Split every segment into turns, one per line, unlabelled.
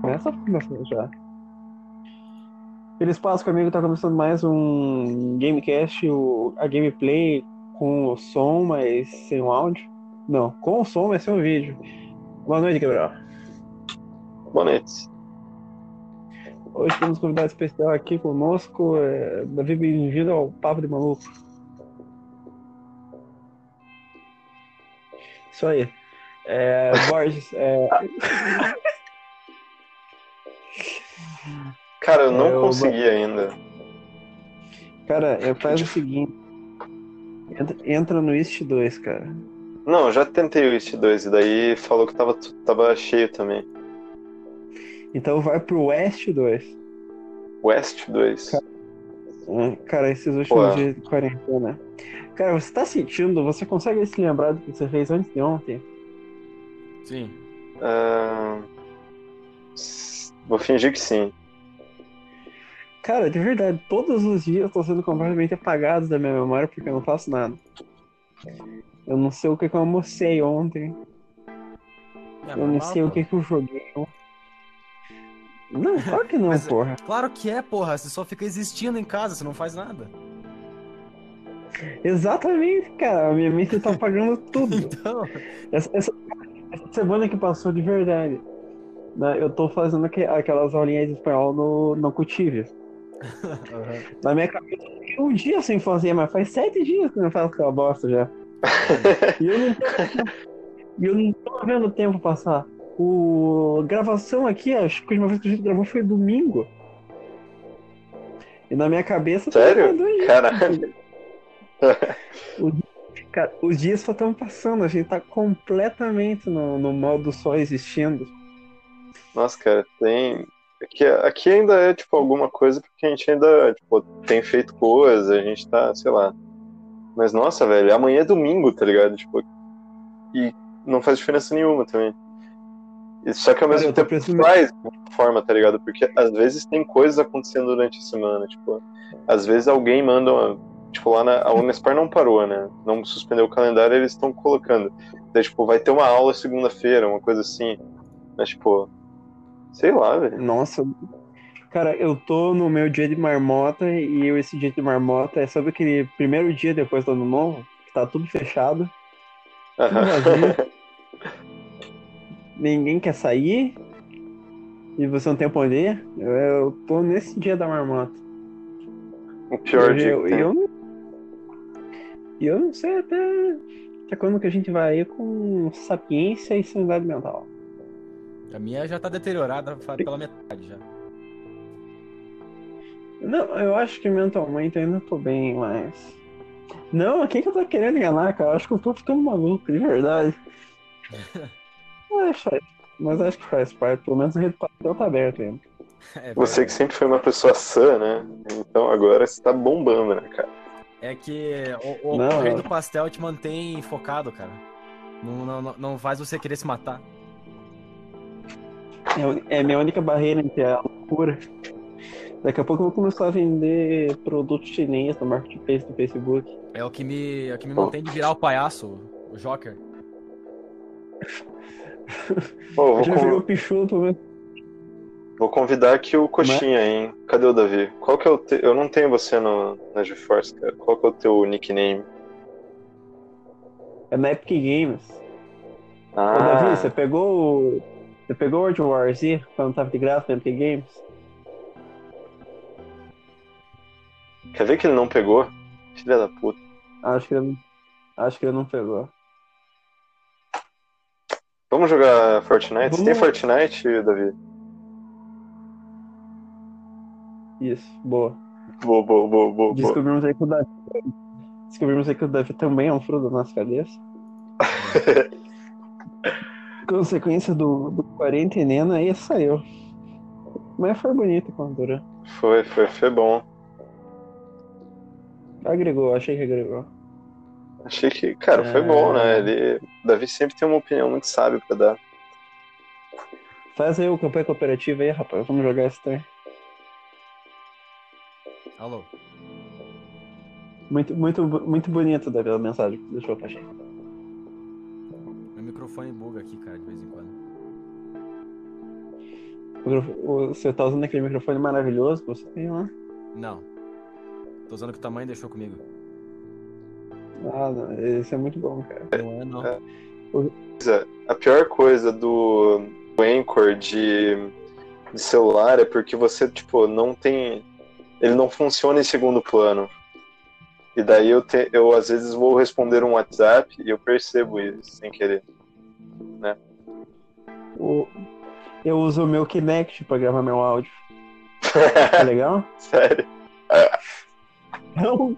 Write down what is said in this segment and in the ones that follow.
começa começando já. Eles passam comigo, tá começando mais um Gamecast, o, a gameplay com o som, mas sem o áudio. Não, com o som, mas sem o vídeo. Boa noite, Gabriel.
Boa noite.
Hoje temos um convidado especial aqui conosco, é, Davi, bem-vindo ao Papo de Maluco. Isso aí. É, Borges, é,
Cara, eu não
Eu-
consegui ainda.
cara, é, faz o seguinte. Entra, entra no East 2, cara.
Não, eu já tentei o East 2 e daí falou que tava, tava cheio também.
Então vai pro West 2.
West 2.
né? Cara, esses últimos
Ué.
dias de quarentena. Cara, você tá sentindo? Você consegue se lembrar do que você fez antes de ontem?
Sim.
Ah, s- Vou fingir que sim.
Cara, de verdade, todos os dias estão sendo completamente apagados da minha memória porque eu não faço nada. Eu não sei o que, que eu almocei ontem,
É
eu não
normal,
sei o
pô.
que, que eu joguei ontem. Não, claro que não,
Mas-
porra.
Claro que é, porra. Você só fica existindo em casa, você não faz nada.
Exatamente, cara. A minha mente tá apagando tudo.
Então,
Essa, essa- essa semana que passou de verdade. né, eu tô fazendo aque- aquelas aulinhas de espanhol no, no Cultivio.
aham.
Na minha cabeça, eu fiquei um dia sem fazer, mas faz sete dias que eu não faço aquela bosta já. E eu não tô, e eu não tô vendo o tempo passar. O gravação aqui, acho que a última vez que a gente gravou foi domingo. E na minha cabeça. tá
Sério?
dois dias.
Caralho.
Cara, os dias só estão passando, a gente tá completamente no, no modo só existindo.
Nossa, cara, tem. Aqui, aqui ainda é tipo alguma coisa porque a gente ainda tipo, tem feito coisa, a gente tá, sei lá. Mas nossa, velho, amanhã é domingo, tá ligado? Tipo, e não faz diferença nenhuma também. E só que ao
Cara,
mesmo
eu tô
tempo
precisando-
faz de alguma forma, tá ligado? Porque às vezes tem coisas acontecendo durante a semana, tipo, às vezes alguém manda uma. Tipo, lá na. A Unespar não parou, né? Não suspendeu o calendário, eles estão colocando. Daí, tipo, vai ter uma aula segunda-feira, uma coisa assim. Mas, tipo, Sei lá, velho.
Nossa, cara, eu tô no meu dia de marmota e eu, esse dia de marmota é sabe aquele primeiro dia depois do ano novo, que tá tudo fechado, tudo vazio. Ninguém quer sair e você não tem pra onde ir. Eu, eu tô nesse dia da marmota.
o pior
eu,
dia
eu,
que tem.
eu não- e eu não sei até, até quando que a gente vai ir com sapiência e sanidade mental.
A minha já tá deteriorada fa- pela metade já.
Não, eu acho que mentalmente eu ainda tô bem, mas. Não, quem que eu tô querendo enganar, cara? Eu acho que eu tô ficando maluco, de verdade. mas, faz- mas acho que faz parte, pelo menos o rede papel tá aberto ainda.
É,
Você que
verdade.
sempre foi uma pessoa sã, né? Então agora você tá bombando, né, cara?
É que o, o
Não,
correr
eu-
do pastel te mantém focado, cara. Não, não, não- não faz você querer se matar.
É a uni- É, a minha única barreira entre a loucura. Daqui a pouco eu vou começar a vender produtos chinês no marketplace do Facebook.
É o que me, é o que me mantém de virar o palhaço, o Joker.
Pô, eu
Eu
vou,
já
con-
virou pichudo, pelo menos.
vou convidar aqui o
é?
Coxinha, hein? Cadê o Davi? Qual que é o teu. Eu não tenho você no... na GeForce, cara. Qual que é o teu nickname?
É na Epic Games. Ô,
Ah,
Davi, você pegou o. Você pegou o World War Z quando tava de graça na Epic Games?
quer ver que ele não pegou? Filha da puta.
Acho que ele, acho que ele não pegou.
Vamos jogar Fortnite? Você Tem
Vamos-
Fortnite, Davi?
Isso, boa.
Boa, boa, boa, boa, boa.
Descobrimos aí que o Davi. Descobrimos aí que o Davi também é um fruto da nossa cabeça. Consequência do, do quarentenena aí saiu. Mas foi bonito quando durou.
Foi, foi, foi bom.
Agregou, achei que agregou.
Achei que, cara, foi
É.
bom, né? Ele... Davi sempre tem uma opinião muito sábia pra dar.
Faz aí o campanha cooperativa aí, rapaz. Vamos jogar esse trem.
Alô.
Muito, muito, muito bonito, Davi, a mensagem que você deixou pra gente.
Meu microfone buga aqui, cara, de vez em quando.
O- Você tá usando aquele microfone maravilhoso que você tem lá?
Não. Tô usando o que o tamanho deixou comigo.
Ah, não, esse é muito bom, cara.
Não é, não.
É. A pior coisa do, do Anchor de, de celular é porque você, tipo, não tem. Ele não funciona em segundo plano. E daí eu, te- eu às vezes vou responder um WhatsApp e eu percebo isso sem querer.
O- Eu uso o meu Kinect pra gravar meu áudio. Tá legal?
Sério.
Não.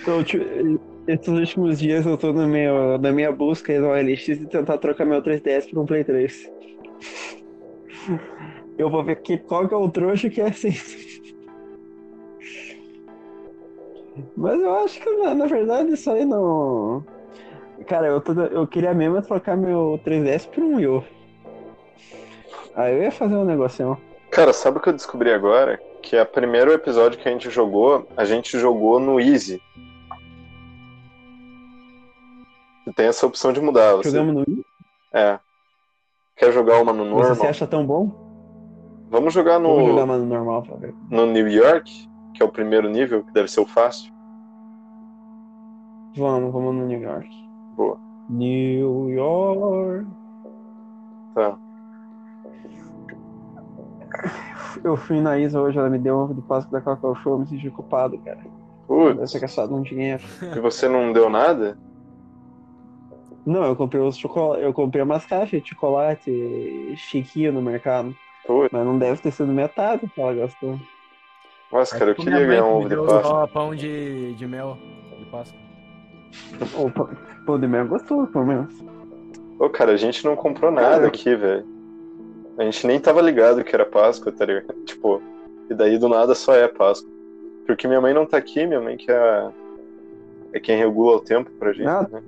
Então, tipo, esses últimos dias eu tô no meu, na minha busca aí no OLX de tentar trocar meu 3DS por um Play 3. Eu vou ver que, qual que é o trouxa que é assim. Mas eu acho que na, na verdade isso aí não. Cara, eu, tô- eu queria mesmo é trocar meu 3DS por um Wii U. Aí eu ia fazer um negocinho.
Cara, sabe o que eu descobri agora? Que é o primeiro episódio que a gente jogou, a gente jogou no Easy. Tem essa opção de mudar. Você,
Jogamos no Wii.
É. Quer jogar uma no normal?
Você se acha tão bom?
é-
Vamos jogar no,
Vamos jogar mano normal pra ver.
no New York, que é o primeiro nível, que deve ser o fácil.
Vamos, vamos no New York.
Boa.
New York.
Tá.
Eu fui na Isa hoje, ela me deu um ovo de Páscoa da Cacau Show, eu me senti culpado, cara. Deve
Putz,
ter gastado um dinheiro.
e você não deu nada?
Não, eu comprei os chocolate, eu comprei umas caixas de chocolate chiquinho no mercado.
Putz,
Mas não deve ter sido metade que ela gastou.
nossa, cara, eu
tipo
queria
minha mãe
ganhar um
que me
ovo de
deu
pasta.
Só pão de, de mel de Páscoa.
Ou pão- pão de mel gostou, pelo menos.
Ô, cara, a gente não comprou nada
Cara.
aqui, velho. A gente nem tava ligado que era Páscoa, tá ligado? Tipo, e daí do nada só é Páscoa. Porque minha mãe não tá aqui, minha mãe que é, a- é quem regula o tempo pra gente,
Ah.
né?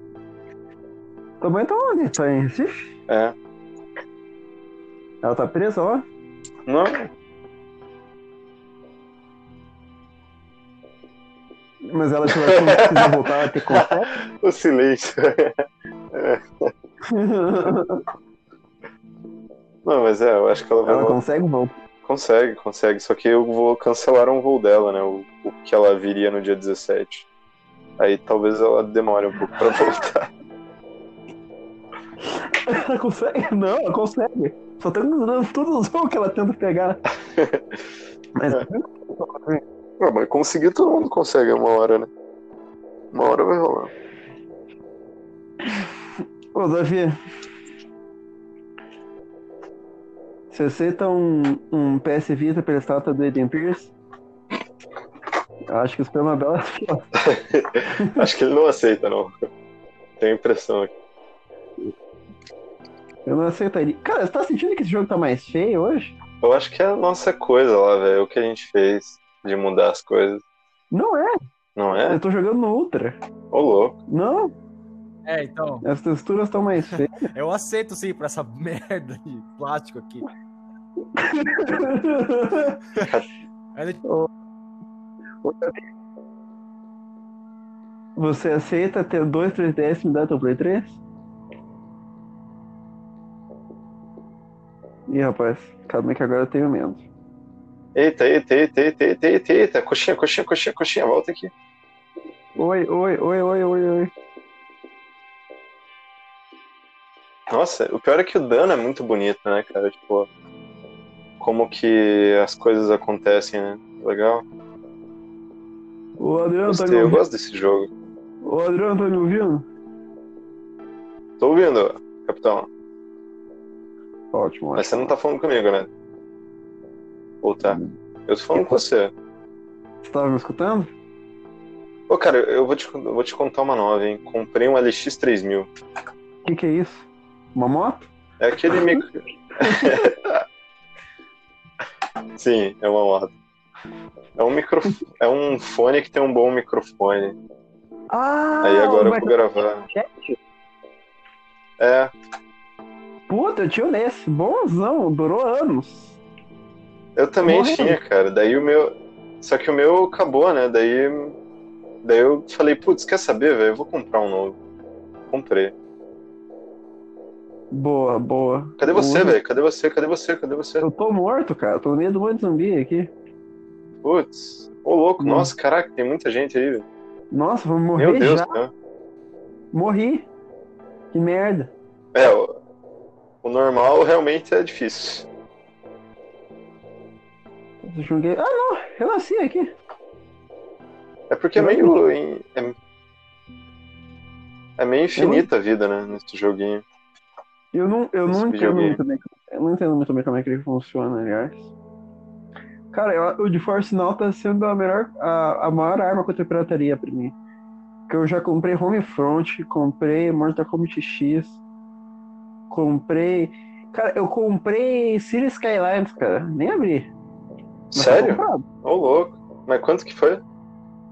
Tua mãe tá onde? Tá em Recife?
É.
Ela tá presa lá?
Não,
Mas ela te vai quando quiser voltar ela te confere?
o silêncio. Não, mas é, eu acho que ela vai
ela
voltar.
consegue voltar?
Consegue, consegue. Só que eu vou cancelar um voo dela, né? O, o que ela viria no dia 17. Aí talvez ela demore um pouco pra voltar.
Ela consegue? Não, ela consegue. Só tem todos os voos que ela tenta pegar. Mas
Não, Ah, mas conseguir todo mundo consegue uma hora, né? Uma hora vai rolar.
Ô, Davi. Você aceita um, um PS Vita pela estátua do Eden Pierce? Eu acho que isso foi uma bela.
Acho que ele não aceita, não. Tenho a impressão aqui.
Eu não aceitaria. Cara, você tá sentindo que esse jogo tá mais feio hoje?
Eu acho que é a nossa coisa lá, velho. O que a gente fez de mudar as coisas.
Não é.
Não é?
Eu tô jogando no Ultra.
Ô, louco.
Não,
É, então,
as texturas estão mais feias.
eu aceito sim pra essa merda de plástico aqui. Ainda
Você aceita ter dois 3DS e me dar teu Play 3? Ih, rapaz, calma que agora eu tenho medo.
Eita, eita, eita, eita, eita, eita, eita. Coxinha, coxinha, coxinha, coxinha. Volta aqui.
Oi, oi, oi, oi, oi, oi.
Nossa, o pior é que o dano é muito bonito, né, cara? Tipo, como que as coisas acontecem, né? Legal.
O Adriano tá me
Gostei, eu
ouvindo?
gosto desse jogo.
O Adriano tá me ouvindo?
Tô ouvindo, capitão.
Ótimo,
Mas
ótimo.
você não tá falando comigo, né? Ou tá? Eu tô falando com você.
Você tava me escutando?
Ô, cara, eu vou te, eu vou te contar uma nova, hein? Comprei um LX3000.
O que que é isso? Uma moto?
É aquele micro... Sim, é uma moto. É um, micro... é um fone que tem um bom microfone.
Ah!
Aí agora eu
vai-
vou gravar. É,
Puta, eu tinha um desse. Bonzão, durou anos.
Eu também
Morreu.
tinha, cara. Daí o meu. Só que o meu acabou, né? Daí. Daí eu falei, putz, quer saber, velho? Eu vou comprar um novo. comprei.
Boa, boa.
Cadê você,
Boa.
velho? Cadê você? Cadê você? Cadê você?
Eu tô morto, cara. Tô no meio do monte de zumbi aqui.
Putz, ô louco,
Hum.
nossa, caraca, tem muita gente aí. velho.
Nossa, vou morrer
Meu Deus, né?
já.
cara.
Morri. Que merda.
É, o, o normal realmente é difícil.
Eu Joguei... Ah, não. Eu nasci aqui.
É porque é meio. em- É, é meio infinita a vida, né? Nesse joguinho.
Eu não, eu não
Esse
entendo
videogame.
muito bem. Eu não entendo muito bem como é que ele funciona, aliás. Cara, eu, o de Force Now tá sendo a melhor, a, a maior arma contra a pirataria pra mim. Que eu já comprei Homefront, comprei Mortal Kombat X, comprei. Cara, eu comprei Cities Skylines, cara. Nem abri. Mas tá
Sério?
comprado.
Ô louco. Mas quanto que foi?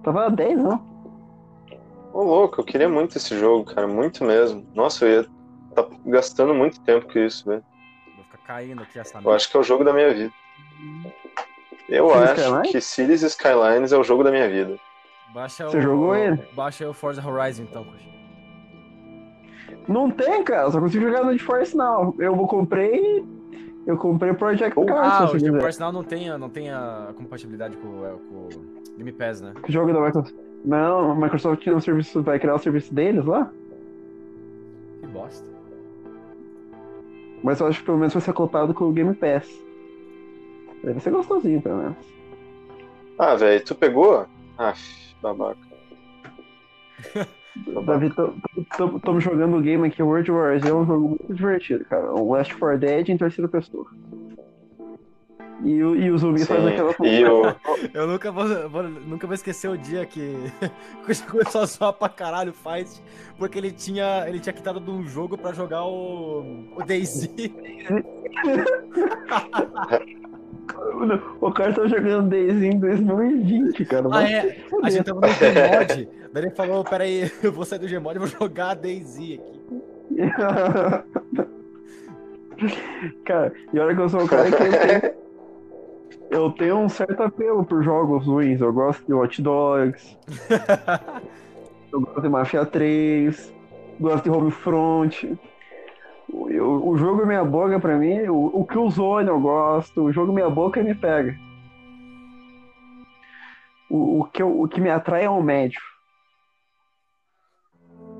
Tava 10, não.
Ô louco, eu queria muito esse jogo, cara. Muito mesmo. Nossa, eu ia tá gastando muito tempo com isso, velho.
Vou ficar caindo aqui essa
Eu acho que é o jogo da minha vida. Eu
Cities
acho
Skylines?
que Cities Skylines é o jogo da minha vida.
Baixa
Você
o,
jogou ele?
Baixa aí o Forza Horizon então, Coxa.
Não tem, cara. Eu só consigo jogar no de Force Now. Eu comprei. Eu comprei Project
Oh,
Cars,
Ah,
se
o
você quiser.
Forza Now não tem, a- não tem a compatibilidade com, é, com o Game Pass, né?
Que jogo da Microsoft. Não, a Microsoft tinha um serviço, vai criar o serviço deles lá.
Que bosta.
Mas eu acho que pelo menos vai ser copado com o Game Pass. Deve ser gostosinho, pelo menos.
Ah, velho, tu pegou? Ah, babaca. Babaca.
Davi, estamos jogando o game aqui, World War Z é um jogo muito divertido, cara. Um Last 4 Dead em terceira pessoa. E, o- e o zumbi faz
Sim,
aquela
E o,
Eu nunca vou, vou- nunca vou esquecer o dia que que começou a zoar pra caralho o Fight, porque ele tinha, ele tinha quitado de um jogo pra jogar o, o Daisy.
O cara tá jogando Daisy em 2020, cara.
Ah,
Vai
é?
se
A
fuder.
gente tava no Gmod, daí ele falou, peraí, eu vou sair do Gmod e vou jogar a Daisy aqui.
Cara, e olha que eu sou um cara que eu tenho, eu tenho um certo apelo por jogos ruins. Eu gosto de Watch Dogs, eu gosto de Mafia 3, gosto de Homefront. O, eu- o jogo Meia Boca, pra mim, o, o Killzone eu gosto, o jogo Meia Boca me pega. O, o que, eu- o que me atrai é o médio.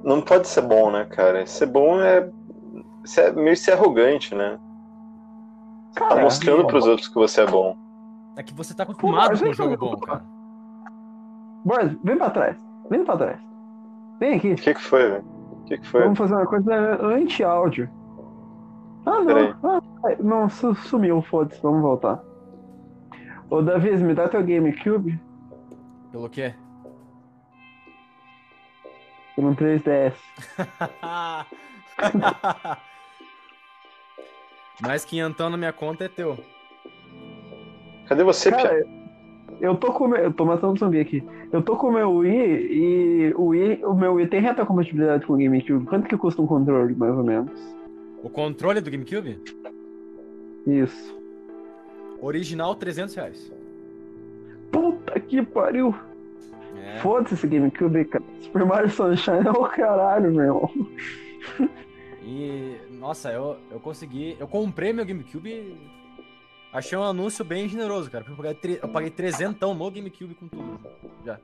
Não pode ser bom, né, cara? Ser bom é. ser- meio ser arrogante, né? Tá
Cara,
mostrando pros outros que você é bom.
É que você tá acostumado com
Pô,
um jogo bom, cara.
Boris, vem pra trás, vem pra trás. Vem aqui.
O que, que foi, velho? O que, que foi?
Vamos fazer uma coisa anti-áudio. Ah,
Peraí.
não. Ah, não, su- sumiu, foda-se. Vamos voltar. Ô, Davis, me dá teu GameCube
Pelo quê?
por um 3DS.
Mais quinhentão na minha conta é teu.
Cadê você, Pia?
Cara, eu tô com o meu... Eu tô matando zumbi aqui. Eu tô com o meu Wii e o, Wii, o meu Wii tem reta compatibilidade com o GameCube. Quanto que custa um controle, mais ou menos?
O controle do GameCube?
Isso.
Original, 300 reais.
Puta que pariu.
É.
Foda-se esse GameCube, cara. Super Mario Sunshine é o caralho, meu irmão.
E, nossa, eu, eu consegui. Eu comprei meu GameCube. Achei um anúncio bem generoso, cara. porque Eu paguei, tre- eu paguei trezentão no GameCube com tudo. Já.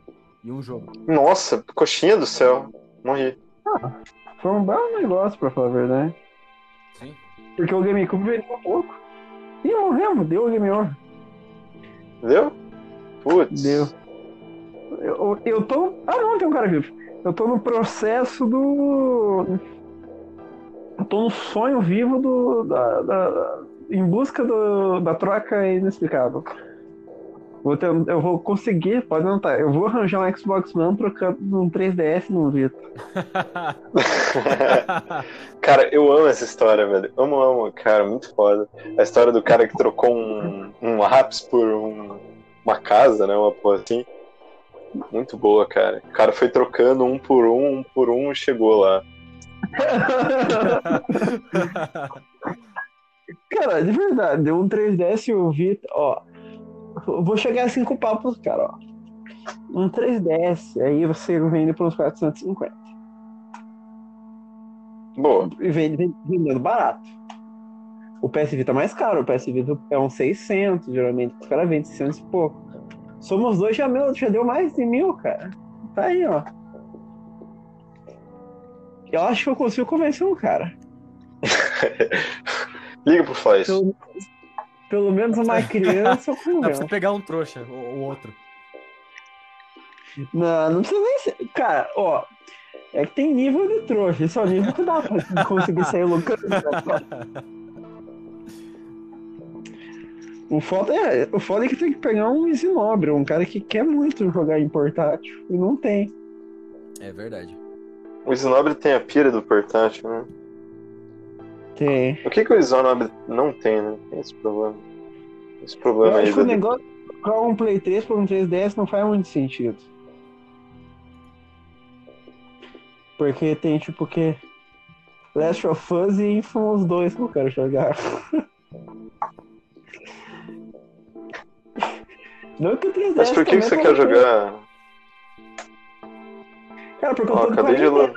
E um jogo.
Nossa, coxinha do céu. Morri.
Foi um belo negócio, pra falar a verdade.
Sim.
Porque o GameCube vendeu pouco. E morremos, deu o Game Over.
Deu? Putz.
Deu. Eu, eu tô. Ah, não, tem um cara vivo. Eu tô no processo do. Eu tô no sonho vivo do. Da, da- da- em busca do, da troca inexplicável. Vou ten- eu vou conseguir, pode notar. Eu vou arranjar um Xbox One trocando um 3DS num Vita.
cara, eu amo essa história, velho. Amo, amo, cara, muito foda. A história do cara que trocou um, um lápis por um- uma casa, né? Uma porra assim. Muito boa, cara. O cara foi trocando um por um, um por um e chegou lá.
Cara, de verdade, deu um 3DS e o Vita, ó. eu Vou chegar a 5 papos, cara, ó. Um 3DS, aí você vende por uns 450.
Boa.
E vende- vende- vendendo barato. O PS Vita é mais caro. O PS Vita é uns 600, geralmente. Os caras vendem 600 e pouco. Somos dois, já, meu, já deu mais de mil, cara. Tá aí, ó. Eu acho que eu consigo convencer um cara.
Liga pro Flash.
Pelo, pelo menos uma criança eu
Dá pra
convenço.
você pegar um trouxa, ou ou outro.
Não, não precisa nem ser. Cara, ó. É que tem nível de trouxa. Esse é o nível que dá pra conseguir sair lucrando. né? O foda, é, o foda é que tem que pegar um Isinobre, um cara que quer muito jogar em portátil e não tem.
É verdade.
O Zenobre tem a pira do portátil, né?
Tem.
O que, que o Zenobre não tem, né? Tem esse problema. Esse
Eu
problema aí.
acho que o
da-
negócio de trocar um Play 3 por um 3DS não faz muito sentido. Porque tem tipo que Last of Us e Infamous 2 que eu quero jogar. Não que o 3DS
Mas por que, que
também não
você quer
tem-
jogar?
Cara, porque eu
Ó,
tô
acabei de
de
ler.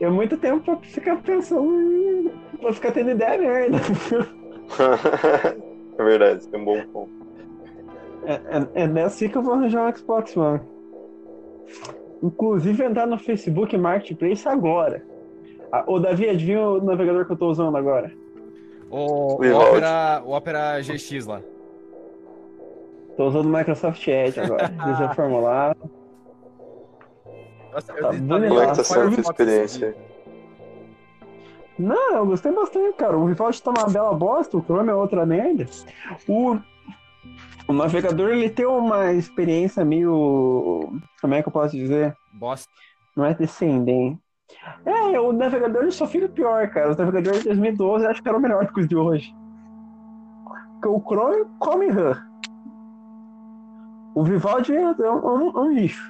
É muito tempo pra ficar pensando. hum, Pra ficar tendo ideia merda.
é verdade, tem um bom ponto.
É, é, é nessa aí que eu vou arranjar um Xbox One. Inclusive entrar no Facebook Marketplace agora. Ah, Ô Davi, adivinha o navegador que eu tô usando agora?
O, o,
Vivaldi.
Opera, o Opera GX lá.
Tô usando o Microsoft Edge agora. Deixa eu formular.
Nossa,
Tá bonito.
desinstalei o
Como é que tá
Ah,
sendo a tua
Firefox
experiência?
esses dias.
Não, eu gostei bastante, cara. O Vivaldi tá uma bela bosta, o Chrome é outra merda. O, o navegador ele tem uma experiência meio. Como é que eu posso dizer?
Bosta.
Não é descendente. É, o navegador ele só fica pior, cara. Os navegadores de 2012 eu acho que eram melhores que os de hoje. Porque o Chrome come RAM. O Vivaldi é um, um- um lixo.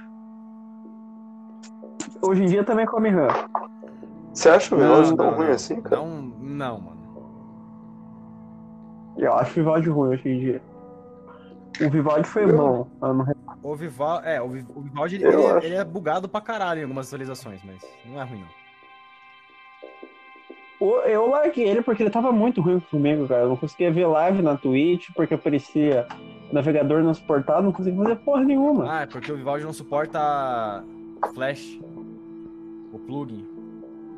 Hoje em dia também é come RAM.
Você acha o
Não,
Vivaldi tão
não,
ruim assim, cara?
Não, não, mano.
Eu acho o Vivaldi ruim hoje em dia. O Vivaldi foi
Eu-
bom. ano re-
O Vival, é, o Vi- o Vivaldi ele,
Eu
ele
acho.
é, ele é bugado pra caralho em algumas atualizações, mas não é ruim não.
O- Eu larguei ele porque ele tava muito ruim comigo, cara. Eu não conseguia ver live na Twitch porque aparecia navegador não suportado, não conseguia fazer porra nenhuma.
Ah, é porque o Vivaldi não suporta Flash, o plugin.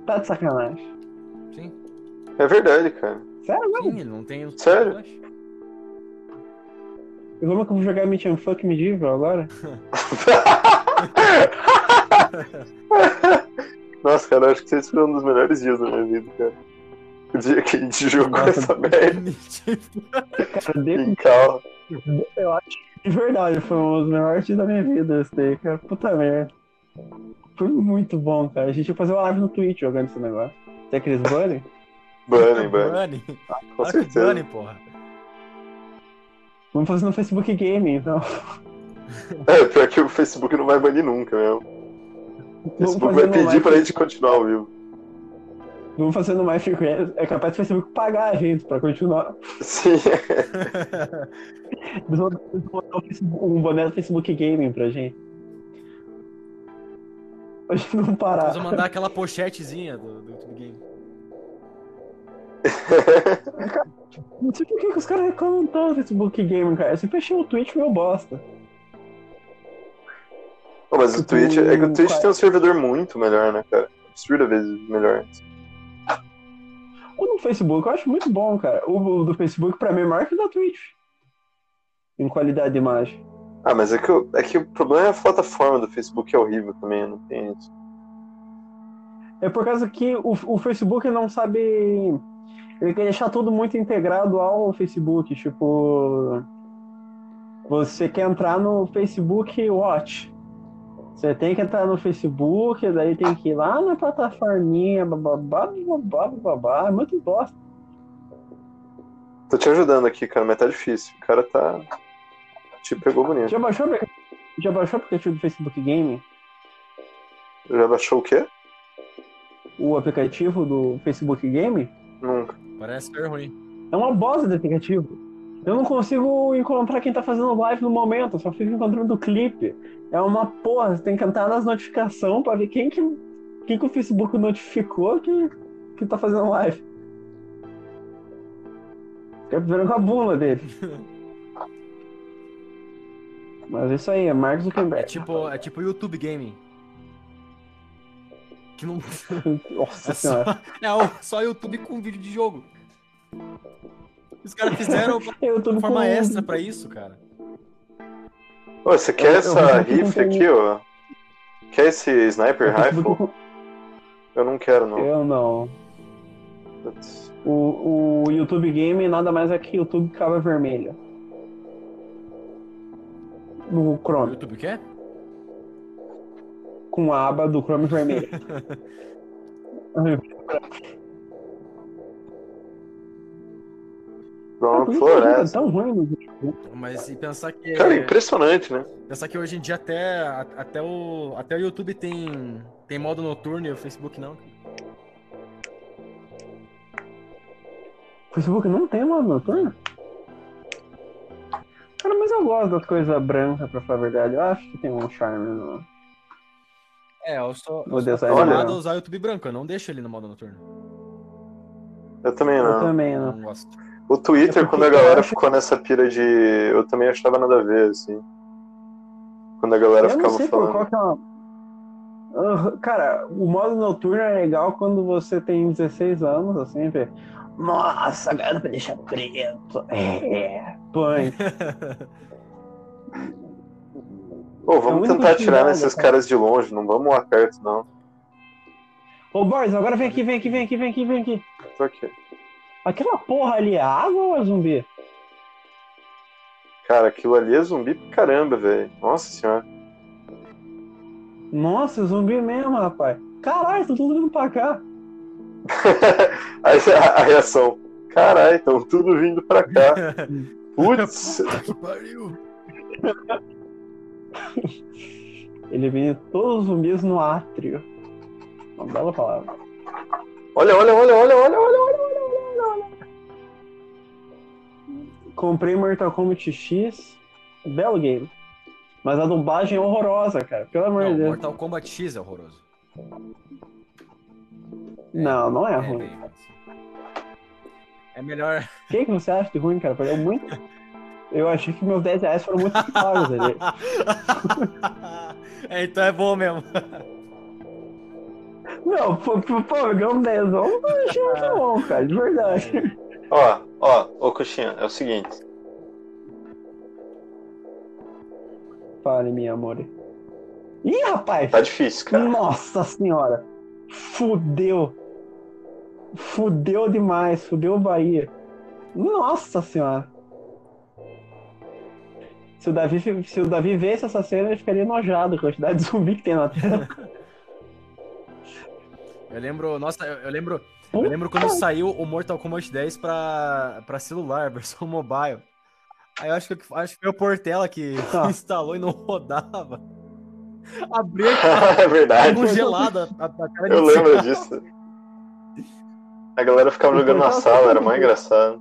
Tá de sacanagem.
Sim,
É verdade, cara.
Sério mesmo?
sim, ele não tem o
Sério?
Flash.
E Como é que eu vou jogar Meet and Fuck Medieval agora?
Nossa, cara, eu acho que vocês foram um dos melhores dias da minha vida, cara. O dia que a gente jogou
Nossa.
essa merda
Cara, de,
em cal.
eu acho que de verdade foi um dos melhores dias da minha vida esse daí, cara. Puta merda. Foi muito bom, cara. A gente ia fazer uma live no Twitch jogando esse negócio. Tem aqueles bunny?
Bunny, Bunny, com
Claro Ah, que
certeza.
Bunny, porra.
Vamos fazer no Facebook Game, então.
É, pior que o Facebook não vai banir nunca mesmo. O
Vamos
Facebook
fazer
vai
no
pedir
live-
pra gente continuar ao vivo.
Vamos fazer no MyFreeQuest. É capaz do Facebook pagar a gente pra continuar.
Sim,
Eles vão eles vão botar o Facebook- um boné do Facebook Gaming pra gente. A gente não
Nós
Ah.
parar.
vamos mandar aquela pochetezinha do, do YouTube Game.
Não sei por que, que os caras reclamam tanto desse book game, cara. Eu sempre achei o Twitch meu bosta.
Pô, mas o
Tipo,
Twitch, é que o Twitch
qual-
tem um servidor muito melhor, né, cara? Absurda vez melhor.
O do Facebook eu acho muito bom, cara. O o do Facebook, pra mim, é maior que o da Twitch. Em qualidade de imagem.
Ah, mas é que, o- é que o problema é a plataforma do Facebook é horrível também, não tem isso.
É por causa que o, o Facebook não sabe. Ele quer deixar tudo muito integrado ao Facebook. Tipo. Você quer entrar no Facebook Watch. Você tem que entrar no Facebook, daí tem que ir lá na plataforminha, bababá, bababá, bababá. É muito bosta.
Tô te ajudando aqui, cara, mas tá difícil. O cara tá. Te pegou bonito.
Já baixou, o aplica- já baixou o aplicativo do Facebook Game?
Já baixou o quê?
O aplicativo do Facebook Game?
Nunca.
Parece ser ruim.
É uma bosta de aplicativo. Eu não consigo encontrar quem tá fazendo live no momento, eu só fico encontrando o clipe. É uma porra, você tem que entrar nas notificações pra ver quem que que, que o Facebook notificou que, que tá fazendo live? Quer ver com a bula dele. Mas isso aí, é Mark
É
Zuckerberg.
tipo, é tipo YouTube Gaming. Que não.
Nossa
É só,
senhora.
é o- só YouTube com vídeo de jogo. Os caras fizeram uma
Eu tô
forma extra pra isso, cara.
Ô, você
Eu-
quer
eu
essa
vi que não
rifle
tem-
aqui, ó? Quer esse sniper rifle?
Facebook...
Eu não quero, não.
Eu não.
Putz.
O, o YouTube Game nada mais é que YouTube Cava Vermelha. No
O
Chrome.
YouTube o quê?
Com a aba do Chrome vermelho.
É Não,
Por que que é
floresta.
tão ruim no vídeo?
Mas e pensar
É.
que.
Cara, impressionante, né?
Pensar que hoje em dia até, a- até, o, até o YouTube tem, tem modo noturno e o Facebook não.
O Facebook não tem uma noturna? Cara, mas eu gosto das coisas brancas, pra falar a verdade. Eu acho que tem um charme. No...
É, eu sou,
O
eu sou
design
acostumado
não.
a usar o YouTube branco, eu não deixo ele no modo noturno.
Eu também
Eu
não.
também
Eu
É, não.
não gosto.
O Twitter,
É porque
quando a
eu
galera
acho-
ficou nessa pira de. Eu também achava nada a ver, assim. Quando a galera
Eu não
ficava
sei por
falando.
qual que é uma... Aham, Cara, o modo noturno é legal quando você tem 16 anos, assim, vê. Nossa, garota, deixa preto. É, põe.
Ô,
é o
vamos
único
tentar
que
atirar
joga,
nesses
cara.
caras de longe, não vamos lá perto, não.
Ô, Boris, agora vem aqui, vem aqui, vem aqui, vem aqui, vem aqui.
Tô aqui.
Aquela porra ali é água ou é zumbi?
Cara, aquilo ali é zumbi pra caramba, velho. Nossa senhora.
Nossa, é zumbi mesmo, rapaz. Caralho, tá tudo vindo pra cá.
Aí a, a reação. Caralho, estão tudo vindo pra cá. Putz,
que pariu!
Ele vem todos os zumbis no átrio. Uma bela palavra.
olha, olha, olha, olha, olha, olha.
Comprei Mortal Kombat X. Belo game. Mas a dublagem é horrorosa, cara. Pelo amor de
Não,
Deus.
Mortal Kombat X é horroroso.
Não, não é,
É,
ruim.
bem, assim. é melhor.
O que, que você acha de ruim, cara? Porque Eu, muito... eu achei que meus 10 reais foram muito pagos ali.
é, então é bom mesmo.
Não, pô, pô, pô eu ganhei um 10 eu achei muito é bom, cara, de verdade.
Ó, ó, ô Coxinha, é o seguinte.
Fale, minha amor. Ih, rapaz!
Tá difícil, cara.
Nossa senhora! Fudeu! Fudeu demais, fudeu o Bahia. Nossa senhora! Se o Davi, fi- se o Davi vesse essa cena, ele ficaria enojado com a quantidade de zumbi que tem na tela.
Eu lembro, nossa, eu, eu lembro, eu lembro quando saiu o Mortal Kombat 10 pra, pra celular, versão mobile. Aí eu acho que, eu- acho que foi o Portela que
Tá.
instalou e não rodava. Abriu e
é verdade.
congelada a, a cara de
Eu lembro disso. A galera ficava jogando na sala, era mais engraçado.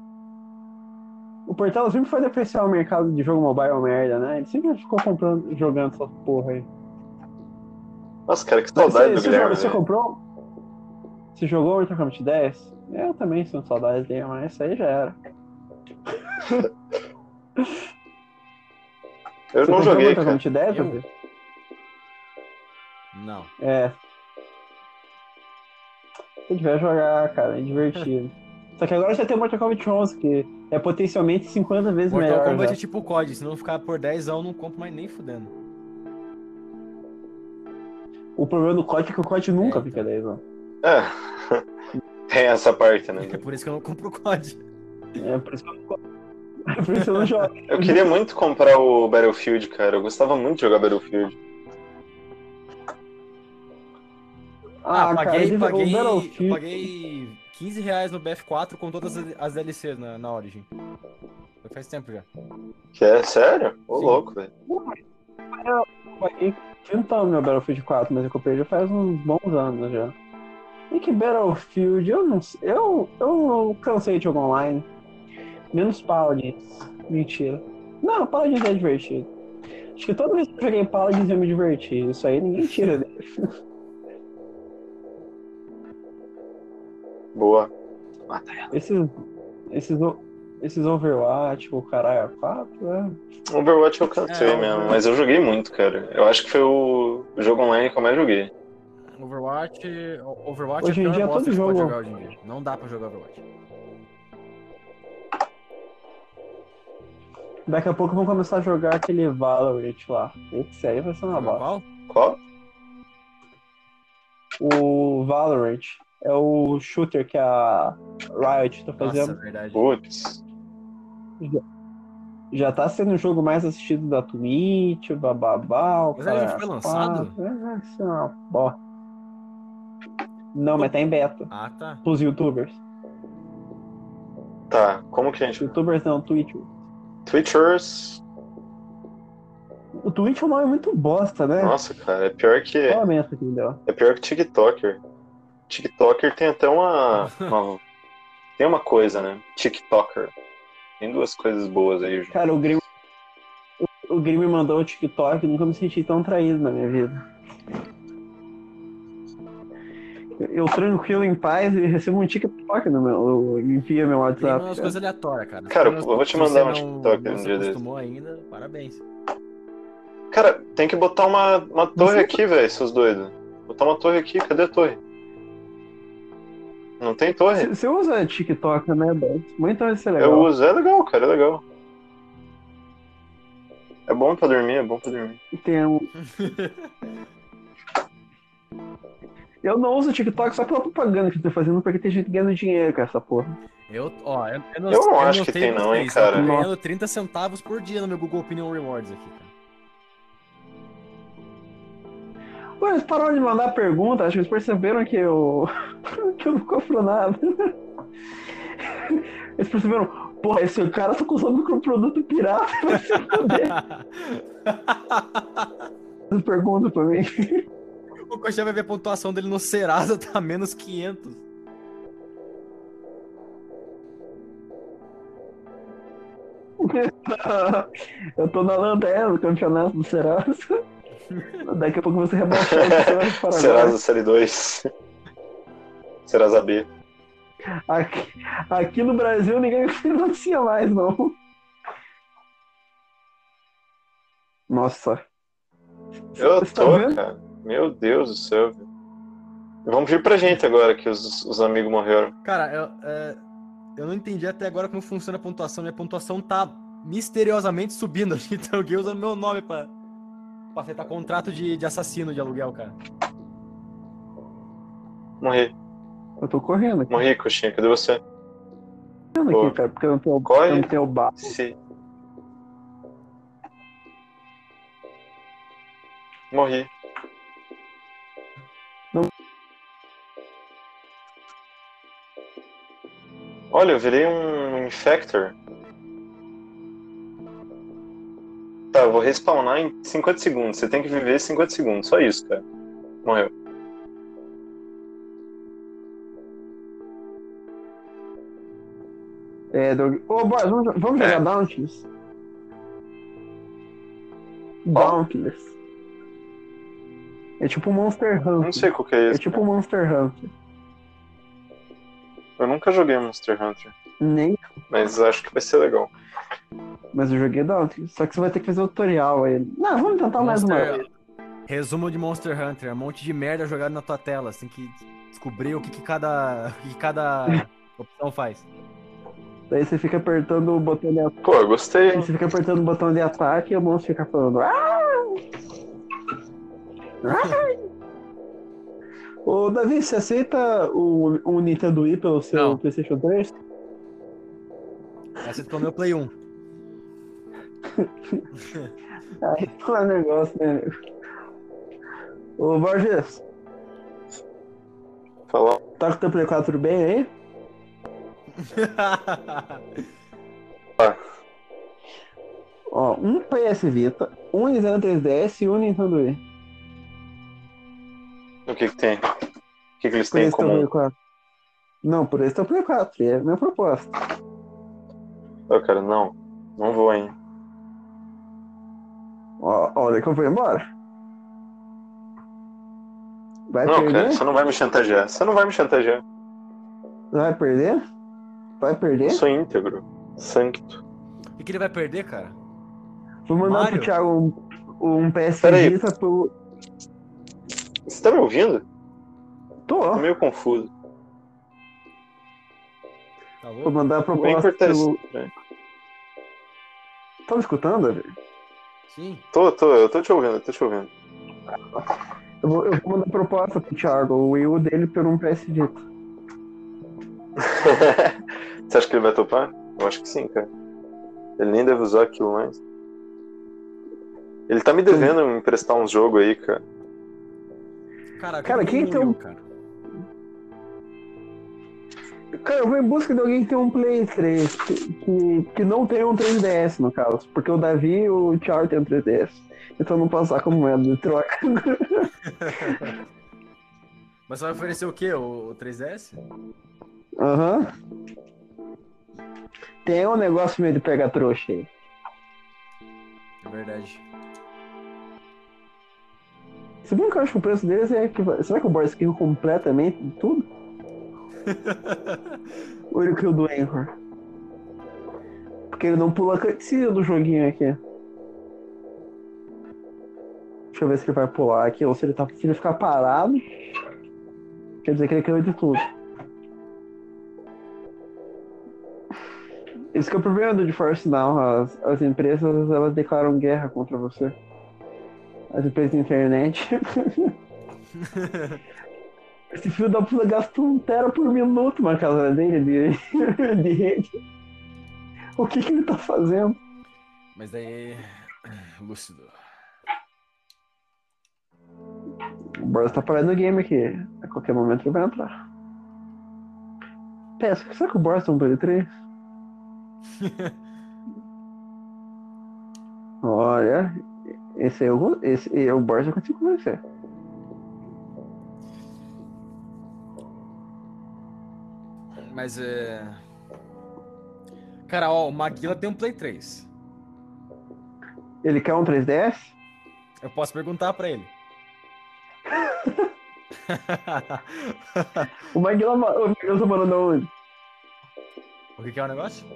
O Portal sempre foi depreciar o mercado de jogo mobile merda, né? Ele sempre ficou comprando, jogando essas porra aí.
Nossa, cara, que
Mas
saudade do
você,
Guilherme, né?
Você, você
velho.
comprou? Você jogou Mortal Kombat 10? Eu também sinto saudades dele, mas isso aí já era.
Eu
Você
não
comprou
joguei,
Mortal
cara.
Kombat 10,
Eu?
Davi?
Não.
É. Se tiver jogar, cara, é divertido. Só que agora já tem o Mortal Kombat 11, que é potencialmente 50 vezes
Mortal
melhor. né?
Kombat é
já.
tipo o COD, se não ficar por 10 eu não compro mais nem fudendo.
O problema do COD é que o COD nunca
É,
fica né?
então.
10, ó.
É. Tem essa parte, né?
É por isso que eu não compro o COD.
É por isso que eu não gosto. É por isso que eu não jogo.
Eu queria muito comprar o Battlefield, cara. Eu gostava muito de jogar Battlefield.
Ah, paguei,
ele- o
paguei,
Battlefield-
paguei 15 reais no BF4 com todas as- as DLCs na, na Origin. Faz tempo já.
Que é sério? Ô,
Sim.
louco, velho.
paguei quintal no então, meu Battlefield 4, mas eu comprei já faz uns bons anos já. E que Battlefield, eu não sei. Eu, eu cansei de jogar online. Menos Paladins. Mentira. Não, Paladins é divertido. né? Acho que toda vez que eu joguei Paladins eu me diverti. Isso aí ninguém tira dele.
Boa. Mata ela.
Esses, esses, o- esses Overwatch, o caralho, a quatro, né?
Overwatch eu cansei
É,
mesmo,
eu-
mas eu joguei muito, cara. Eu acho que foi o o jogo online que eu mais joguei.
Overwatch. o- Overwatch
Hoje
é
em
a pior
dia,
bosta
todo
que
jogo-
pode jogar hoje em dia. Não dá pra jogar Overwatch.
Daqui a pouco vão começar a jogar aquele Valorant lá. Esse aí vai ser uma Ah, bosta.
Qual?
Qual?
O Valorant é o shooter que a Riot tá fazendo.
Nossa, é verdade.
Putz.
Já tá sendo o jogo mais assistido da Twitch, bababá. o
Mas ele já
cara
foi
é
lançado?
quatro. É, isso é uma bosta. Não, mas tá em beta.
Ah, tá.
Pros youtubers.
Tá, como que a gente.
Youtubers não, Twitch.
Twitchers.
O Twitch é um nome muito bosta, né?
Nossa, cara, é pior que.
Qual a meta que me deu?
É pior que TikToker. TikToker tem até uma. uma- tem uma coisa, né? TikToker. Tem duas coisas boas aí, Ju.
Cara, o Grêmio. O Grêmio me mandou o TikTok, nunca me senti tão traído na minha vida. Eu tranquilo, em paz, e recebo um TikTok no meu. Envia meu
Tem
WhatsApp.
umas
cara.
coisas aleatórias, cara.
Cara, eu
Se
vou te
você
mandar um
não-
TikTok
não
um
se
dia desse.
acostumou ainda, parabéns.
Cara, tem que botar uma, uma torre aqui, velho, seus doidos. Botar uma torre aqui, cadê a torre? Não tem torre?
Você usa TikTok, né, Beto? Muito isso é legal.
Eu uso, é legal, cara, é legal. É bom pra dormir, é bom pra dormir.
Tem um- Eu não uso TikTok só pela propaganda que eu tô fazendo, porque tem gente ganhando dinheiro com essa porra.
Eu, ó, eu, não,
Eu não acho que
sei
tem não, hein,
vocês, eu tô
cara.
ganhando 30 centavos por dia no meu Google Opinion Rewards aqui, cara.
Ué, eles pararam de mandar pergunta, acho que eles perceberam que eu. que eu não compro nada. Eles perceberam, porra, esse cara tá usando com produto pirata. Eles perguntam pra mim.
o Coxinha vai ver a pontuação dele no Serasa, tá menos 500.
Eu tô na lanterna do campeonato do Serasa. Daqui a pouco você rebaixar o Serasa para
Serasa Série 2. Serasa B.
Aqui, aqui no Brasil ninguém financia mais, não. Nossa.
Eu
Você tá
tô,
vendo?
cara. Meu Deus do céu, velho. Vamos vir pra gente agora que os, os amigos morreram.
Cara, eu, é, eu não entendi até agora como funciona a pontuação. Minha pontuação tá misteriosamente subindo. Então alguém usa meu nome pra, pra afetar contrato de, de assassino de aluguel, cara.
Morri.
Eu tô correndo aqui,
Morri, coxinha. Cadê você?
correndo
Pô.
aqui cara, porque eu não tenho,
Corre.
eu não tenho bar.
Se... Morri.
Não.
Olha, eu virei um infector. Tá, eu vou respawnar em 50 segundos. Você tem que viver 50 segundos. Só isso, cara. Morreu.
É, do... Ô, boys, vamos, vamos
É.
jogar Dauntless? Dauntless. É tipo Monster
Eu
Hunter.
Não sei qual que é
É
esse.
tipo Monster Hunter.
Eu nunca joguei Monster Hunter,
Nem,
mas acho que vai ser legal.
mas eu joguei Dauntless. Só que você vai ter que fazer o tutorial aí. Não, vamos tentar Então mais uma vez.
Monster- Resumo de Monster Hunter, é um monte de merda jogado na tua tela. Você tem que descobrir o que, que cada. o que, que cada opção faz.
Daí você fica apertando o botão de
Pô, eu gostei.
Aí
hein?
Você fica apertando o botão de ataque e o monstro fica falando. "Ah!" Ah! Ô Davi, você aceita o, o Nintendo Wii pelo seu
Não.
PlayStation 3?
Essa é o meu Play 1.
Aí não é negócio, né, amigo? Ô Borges,
Falar.
tá com o teu Play 4 bem aí? Ó, um PS Vita, um Nintendo 3DS e um Nintendo Wii.
O que que tem? O que que eles
Por
têm em
isso teu
comum?
Play 4. Não, por isso teu Play 4, é a minha proposta.
Ô, cara, não. Não vou, hein.
Ó, olha que eu vou embora. Vai
não,
perder? É
cara, você não vai me chantagear. Você não vai me chantagear.
Vai perder? Vai perder?
Sou íntegro. Sancto.
O que, que ele vai perder, cara?
Vou mandar
Mário?
pro Thiago um, um
Peraí.
PSGista pro.
Você tá me ouvindo?
Tô.
Tô meio confuso.
Tá
Vou
louco?
mandar
Vou
proposta
cortar isso. né?
pelo. Tá me escutando, Davi?
Sim.
Tô, tô, eu tô te ouvindo, eu tô te ouvindo.
Eu vou, eu vou mandar proposta pro Thiago, o Wii U dele por um PSGista.
Você acha que ele vai topar? Eu acho que sim, cara. Ele nem deve usar aquilo mais. Ele tá me devendo me emprestar um jogo aí, cara.
Cara, é
Cara, quem tem um-
cara?
Cara, eu vou em busca de alguém que tem um Play 3, que, que, que não tem um 3DS, no caso. Porque o Davi e o Thiago tem um 3DS. Então eu não posso usar como moeda de troca.
Mas você vai oferecer o quê? O, o 3DS?
Aham. Tem um negócio meio de pegar trouxa aí.
É verdade.
Se bem que eu acho que o preço deles é que. vai- Será que o Boris Kill completamente tudo? Ou ele kill do Anchor? Porque ele não pula a cutscene do joguinho aqui. Deixa eu ver se ele vai pular aqui ou se ele, tá, se ele ficar parado. Quer dizer que ele caiu de tudo. Esse que é o problema do DeForce Now. As, as empresas elas declaram guerra contra você. As empresas de internet. Esse filho da puta gasta um tera por minuto na casa dele de, de rede. O que, que ele tá fazendo?
Mas daí. Lúcido.
O Boris tá parando o game aqui. A qualquer momento ele vai entrar. Peço, será que o Boris tá um play 3? Olha, esse aí eu, vou- esse, eu, o Boris eu consigo convencer.
Mas é. Cara, ó, o Maguila tem um Play 3.
Ele quer um 3DS?
Eu posso perguntar pra ele.
O Maguila, ma- o Maguila tá morando aonde?
o que, que é o negócio?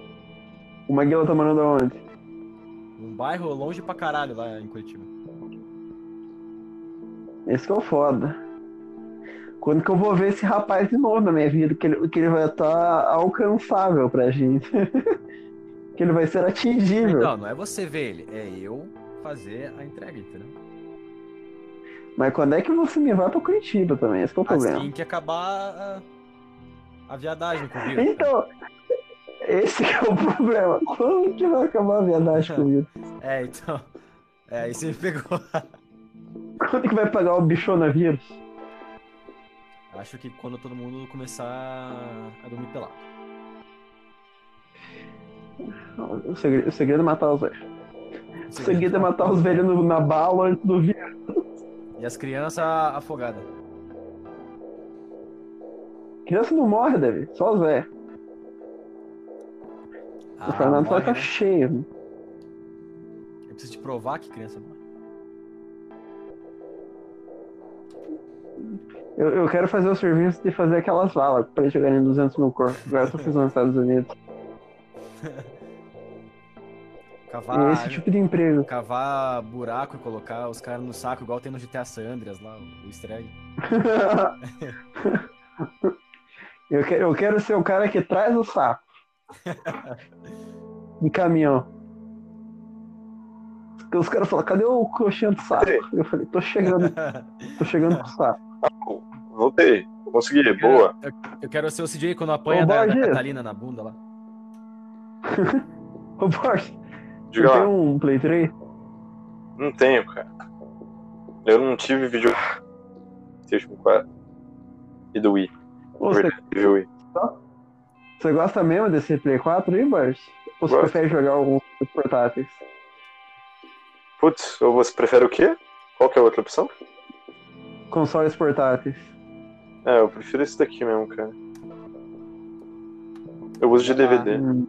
O Maguila tá morando aonde?
Um bairro longe pra caralho lá em Curitiba.
Esse que é o foda. Quando que eu vou ver esse rapaz de novo na minha vida? Que ele, que ele vai estar alcançável pra gente. que ele vai ser atingível.
Não, não é você ver ele, é eu fazer a entrega, entendeu?
Mas quando é que você me vai pra Curitiba também? Esse que é o problema.
Assim que acabar a, a viadagem com o vírus.
Então, esse que é o problema. Quando que vai acabar a viadagem comigo?
É, então. É, aí você me pegou.
Quando que vai pagar o bichonavírus?
Acho que quando todo mundo começar a dormir pelado.
O segredo, o segredo é matar os velhos. O segredo é matar os velhos no- na bala antes do vírus.
E as crianças afogadas.
Criança não morre, Davi. Só os velhos.
Ah,
o Fernando
morre,
tá
né?
cheio.
Eu preciso te provar que criança morre.
Eu, eu quero fazer o serviço de fazer aquelas valas pra eles jogarem 200 mil corpos. Agora eu tô fazendo nos Estados Unidos. É
Cavar,
esse tipo de emprego.
cavar buraco e colocar os caras no saco, igual tem no GTA San Andreas lá, o easter egg.
eu, quero, eu quero ser o cara que traz o saco. De caminhão. Os caras falam, cadê o coxinha do saco? Eu falei, tô chegando, tô chegando pro saco.
Voltei. Consegui, boa.
Eu quero ser o CJ quando apanha
Ô,
da, da
Borges.
Catalina na bunda lá.
Ô, Borges, você
Diga
tem
lá.
um Play 3?
Não tenho, cara. Eu não tive vídeo. PlayStation 4 e do Wii.
Ou você,
Tive o Wii.
você gosta mesmo desse Play 4 aí, Borges? Ou você
Gosto.
prefere jogar alguns portáteis?
Putz, ou você prefere o quê? Qual que é a outra opção?
Consoles portáteis.
É, eu prefiro esse daqui mesmo, cara. Eu uso de
Ah,
DVD.
então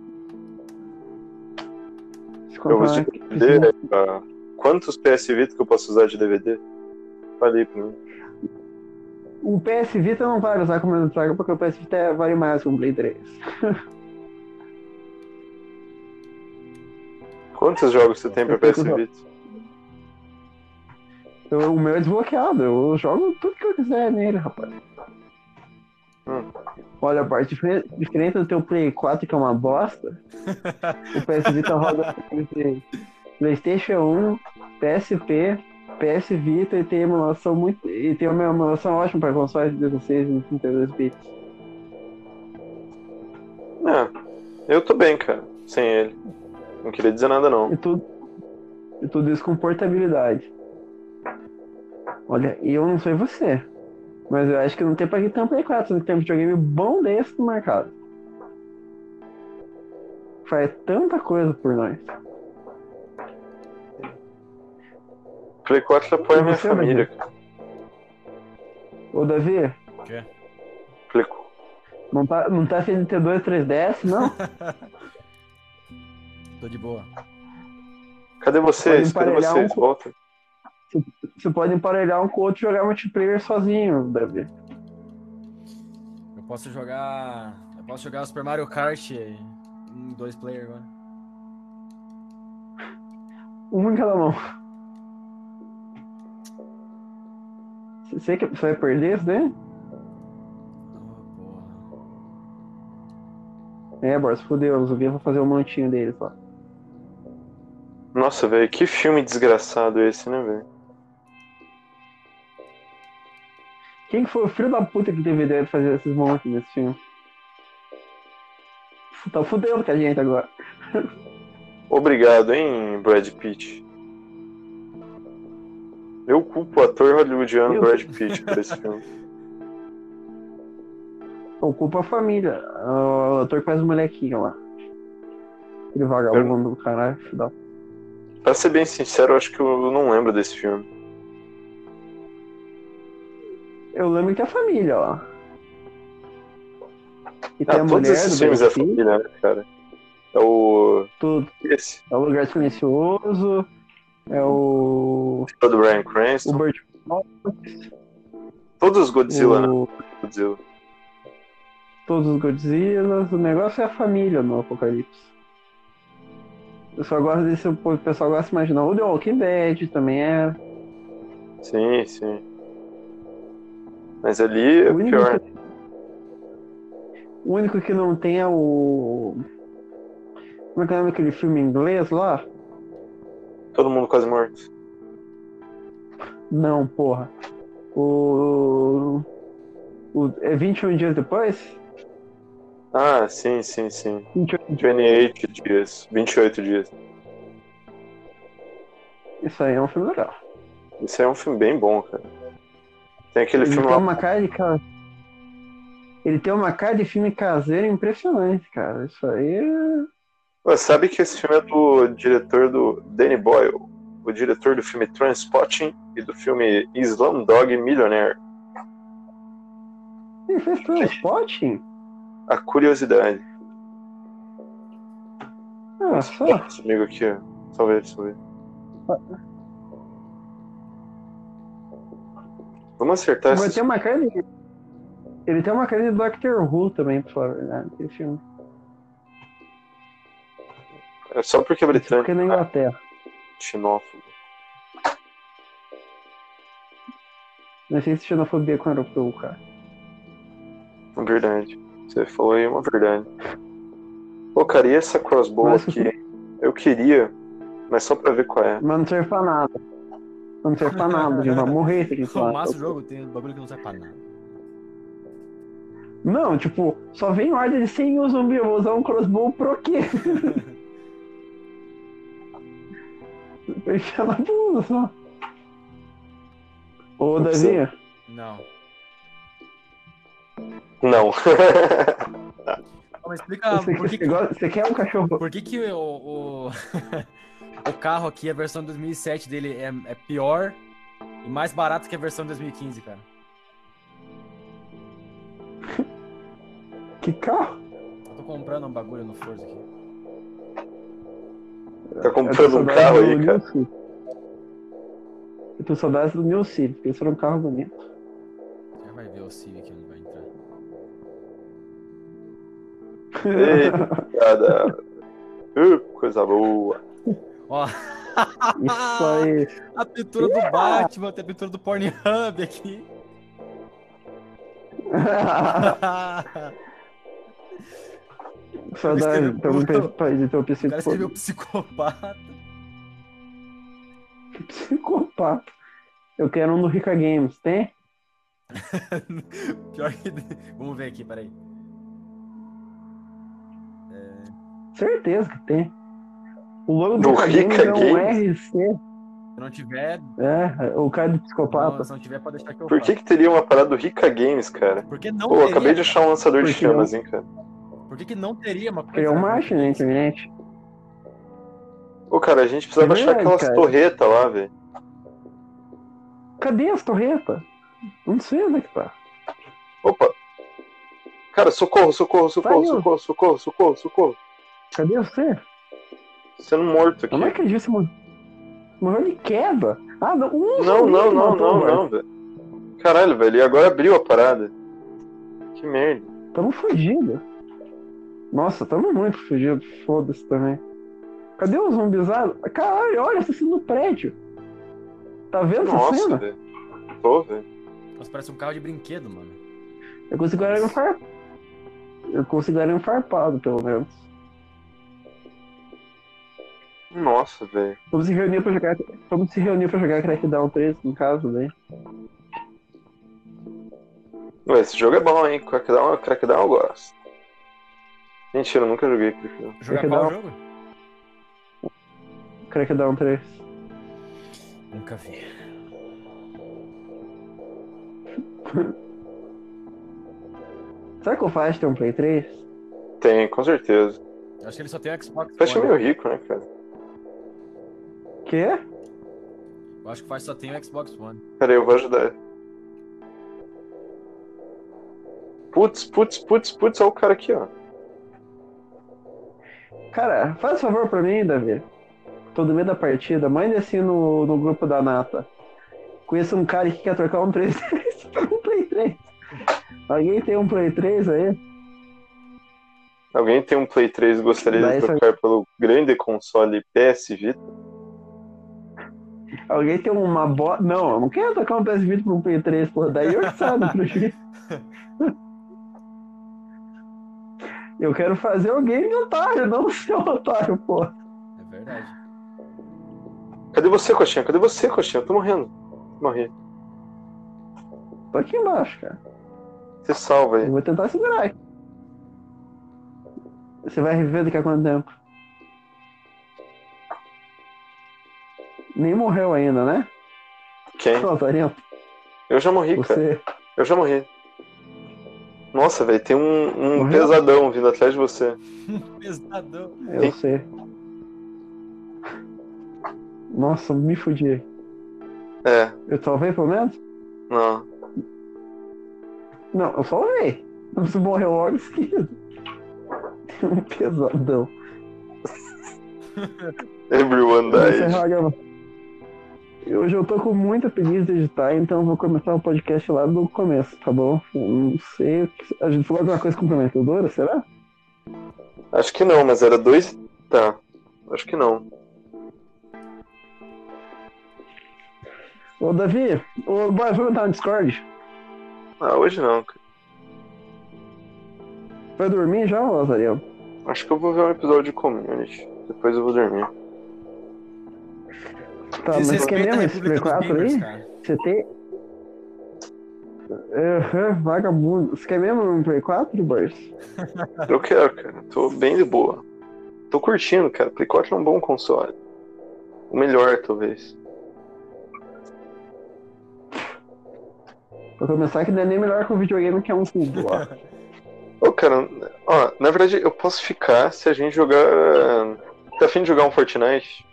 Se
eu uso
comparar-
de DVD. ah, quantos PS Vita que eu posso usar de DVD? Falei pra mim.
O PS Vita tá não vai usar como eu não trago, porque o PS Vita vale mais que um Play 3.
Quantos jogos você tem pra
Eu tenho
PS
tudo.
Vita?
Eu- o meu é desbloqueado, eu jogo tudo que eu quiser nele, rapaz.
Hum.
Olha, parte diferente, diferente do teu Play 4, que é uma bosta, o PS Vita roda entre PlayStation 1, PSP, PS Vita e tem emulação muito. E tem uma emulação ótima para consoles de 16 e 32 bits.
Não, Ah, eu tô bem, cara, sem ele. Não queria dizer nada, não.
E tudo, e tudo isso com portabilidade. Olha, eu não sei você, mas eu acho que não tem pra que ter um Play 4, não tem um videogame bom desse no mercado. Faz tanta coisa por nós.
Play 4 apoia
E
minha
você,
família, cara.
Ô Davi,
Play...
não tá, não tá afim de ter dois 3DS, não?
Tô de boa.
Cadê vocês?
Pode
Cadê
emparelhar
vocês?
um-
Volta.
Você pode emparelhar um com o outro e jogar multiplayer sozinho, Davi.
Eu posso jogar. Eu posso jogar Super Mario Kart em dois player agora.
Um em cada mão. Você, que- você vai perder isso daí?
Oh, porra.
É, Boris, fudeu, eu vou fazer um montinho deles lá.
Nossa, velho, que filme desgraçado esse, né, velho?
Quem que foi o filho da puta que teve ideia de fazer esses montes nesse filme? Tá fudendo com a gente agora.
Obrigado, hein, Brad Pitt. Eu culpo o ator hollywoodiano
Eu-
Brad Pitt por esse filme.
Ocupa a família. Ah, O ator que faz o molequinho lá. Aquele vagabundo do caralho. filho da-
Pra ser bem sincero, eu acho que eu não lembro desse filme.
Eu lembro que é a família lá. E tem
Ah,
É a
todos
mulher
esses
do
filmes
Brad
é
Pitt,
família, né, cara? É o.
tudo.
Esse,
É o Lugar Silencioso. É o.
é do Brian
O
Cranston.
Burt
Todos os Godzilla, né?
o...
Godzilla.
todos os Godzillas. O negócio é a família no Apocalipse. Eu só gosto desse. O pessoal gosta de imaginar. O The Walking Dead também é.
Sim, sim. Mas ali é
O único
pior.
que- O único que não tem é o. Como é que é o nome daquele filme em inglês lá?
Todo mundo quase morto.
Não, porra. O. o... É 21 dias depois?
Ah, sim, sim, sim.
28
28 dias. 28 dias.
Isso aí é um filme legal.
Esse aí é um filme bem bom, cara. Tem aquele
Ele tá
filme
tem
lá.
uma cara de ca- Ele tem uma cara de filme caseiro impressionante, cara. Isso aí é-
Ué, sabe que esse filme é do diretor do Danny Boyle, o diretor do filme Transpotting e do filme Slumdog Millionaire.
Ele fez transporte?
A curiosidade.
Ah, só.
Esse amigo aqui, ó. Talvez, talvez.
Ah.
Vamos acertar
Vai ter
esse.
uma cara de. Ele tem uma cara de Doctor Who também, pra falar a verdade, esse filme.
É só porque é britânico.
Porque na
cara,
Inglaterra.
Xenófobo.
Não sei se xenofobia com europeu, cara.
Verdade. Você falou aí uma verdade. Pô, cara, e essa crossbow
Mas-
aqui? Eu queria, mas só pra ver qual é.
Mas não serve pra nada. Não serve pra nada, gente. Vai morrer se a gente
Pô,
falar.
massa o jogo, tem bagulho que não sai pra nada.
Não, tipo, só vem ordem de 100 mil zumbi. Eu vou usar um crossbow pro quê? Pra enfiar na bunda só. Ô,
Não
Davi.
precisa.
Não.
Não. Tá
Então, mas explica
você,
por que,
você gosta- você quer um cachorro?
por que, que o, o, o carro aqui, a versão 2007 dele é, é pior e mais barato que a versão 2015, cara.
Que carro?
Eu tô comprando um bagulho no Forza aqui.
Tá
Eu tô
comprando um
saudades
carro
do
aí,
New
cara.
Civic. Eu tô saudades do meu Civic, porque esse era um carro bonito.
Já vai ver. ver o Civic onde vai entrar.
Eita, uh, coisa boa.
Ó,
Isso aí.
a pintura do Batman, tem a pintura do Pornhub aqui.
Saudade, estamos
Então,
editando o
O cara escreveu
psicopata.
psicopata.
Psicopata. Eu quero um do Rica Games, tem?
Pior que. Vamos ver aqui, peraí.
Certeza que tem. O logo do,
Do
Rica Games
Rica
é um RC.
Se não tiver,
É, o cara do
não,
psicopata.
se não tiver, pode deixar que eu
Por que,
faço.
que teria uma parada do Rica Games, cara?
Por que não
Pô,
teria?
acabei de achar um lançador de
Por que não?
chamas, hein, cara.
cara? Por que, que não teria uma coisa?
Ele é um
né?
macho na internet.
Ô, cara, a gente precisava
É
achar
verdade,
aquelas
cara.
torretas lá, velho.
Cadê as torretas? Não sei onde é que tá.
Opa! Cara, socorro, socorro, socorro,
Saiu.
socorro, socorro, socorro, socorro.
Cadê você?
Sendo morto aqui.
Eu não acredito, você morreu. Morreu de queda. Ah, não. Uh,
Não,
sabia
não,
que
não,
matou,
não,
mano.
não, velho. Caralho, velho, e agora abriu a parada. Que merda.
Tamo fugindo. Nossa, tamo muito fugido. Foda-se também. Cadê o zombizado? Caralho, olha, assassino no prédio. Tá vendo essa
Nossa,
cena?
velho. Tô, velho.
Nossa, parece um carro de brinquedo, mano.
Eu considero ele um farpado. Eu considero ele um farpado, pelo menos.
Nossa, velho.
Vamos se reunir pra jogar. Vamos se reunir pra jogar Crackdown 3, no caso, né?
Ué, esse jogo é bom, hein? Crackdown, Crackdown eu gosto. Mentira, eu nunca joguei Crackdown.
Jogar
que
qual
não.
jogo?
Crackdown 3.
Nunca vi.
Será que o Fast tem um Play 3?
Tem, com certeza.
Acho que ele só tem o Xbox
Fast é
One.
meio rico, né, cara?
Quê?
Eu acho que o Fast só tem o Xbox One.
Pera aí, eu vou ajudar. Putz, putz, putz, putz, olha o cara aqui, ó.
Cara, faz favor pra mim, Davi. Tô no meio da partida. Manda assim no, no grupo da Nata. Conheço um cara que quer trocar um 3-3 pra um Play 3. Alguém tem um Play 3 aí?
Alguém tem um Play 3 e gostaria
Daí
de
só-
trocar pelo grande console PS Vita?
Alguém tem uma bota? Não, eu não quero trocar um PS20 pra um Play 3, porra. Daí eu sabe pro jeito. Eu quero fazer alguém de otário, não ser um otário, porra.
É verdade.
Cadê você, coxinha? Cadê você, coxinha? Eu tô morrendo. Morri.
Tô aqui embaixo, cara.
Você salva aí.
Eu vou tentar segurar aqui. Você vai reviver daqui a quanto tempo? Nem morreu ainda, né?
Quem?
Seu lazarento,
Eu já morri, cara.
você.
Eu já morri. Nossa, velho, tem um, um
Morreu?
pesadão vindo atrás de você.
Pesadão.
Eu sei. Nossa, me fudi.
É,
Eu salvei pelo menos?
não.
Não, eu salvei. Você morreu logo em seguida. Tem um pesadão.
Everyone
Vou
died.
encerrar a grava- Hoje eu tô com muita preguiça de editar, então eu vou começar o podcast lá do começo, tá bom? Eu não sei. o que- A gente falou alguma coisa comprometedora, será?
Acho que não, mas era dois. Tá. Acho que não.
Ô, Davi, ô, boy, vamos entrar no Discord?
Ah, hoje não, cara.
Vai dormir já, ô, Lazareno?
Acho que eu vou ver um episódio de community. Depois eu vou dormir.
Tá, mas quer
Desrespeita a
mesmo esse Play
República
4
dos Gamers,
aí?
cara.
Você tem. Aham, vagabundo. Você quer mesmo um Play 4, Boris?
Eu quero, cara. Tô bem de boa. Tô curtindo, cara. Play 4 é um bom console. O melhor, talvez.
Vou começar que não é nem melhor que o videogame que é um cubo, ó.
Ô, cara, ó, na verdade eu posso ficar se a gente jogar. Tá afim de jogar um Fortnite?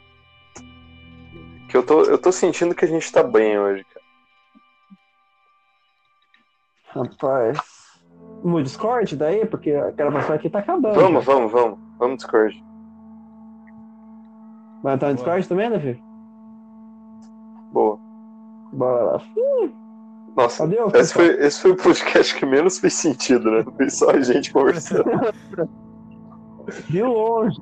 Que eu tô, eu tô sentindo que a gente tá bem hoje, cara.
Rapaz. No Discord daí? Porque a gravação aqui tá acabando. já.
Vamos, vamos, vamos. Vamos, Discord.
Vai entrar no né,
Bora.
Discord também, Davi?
Boa.
Bora lá.
Nossa,
Adeus,
esse
pessoal.
foi, esse foi o podcast que menos fez sentido, né? Foi só a gente conversando.
De longe.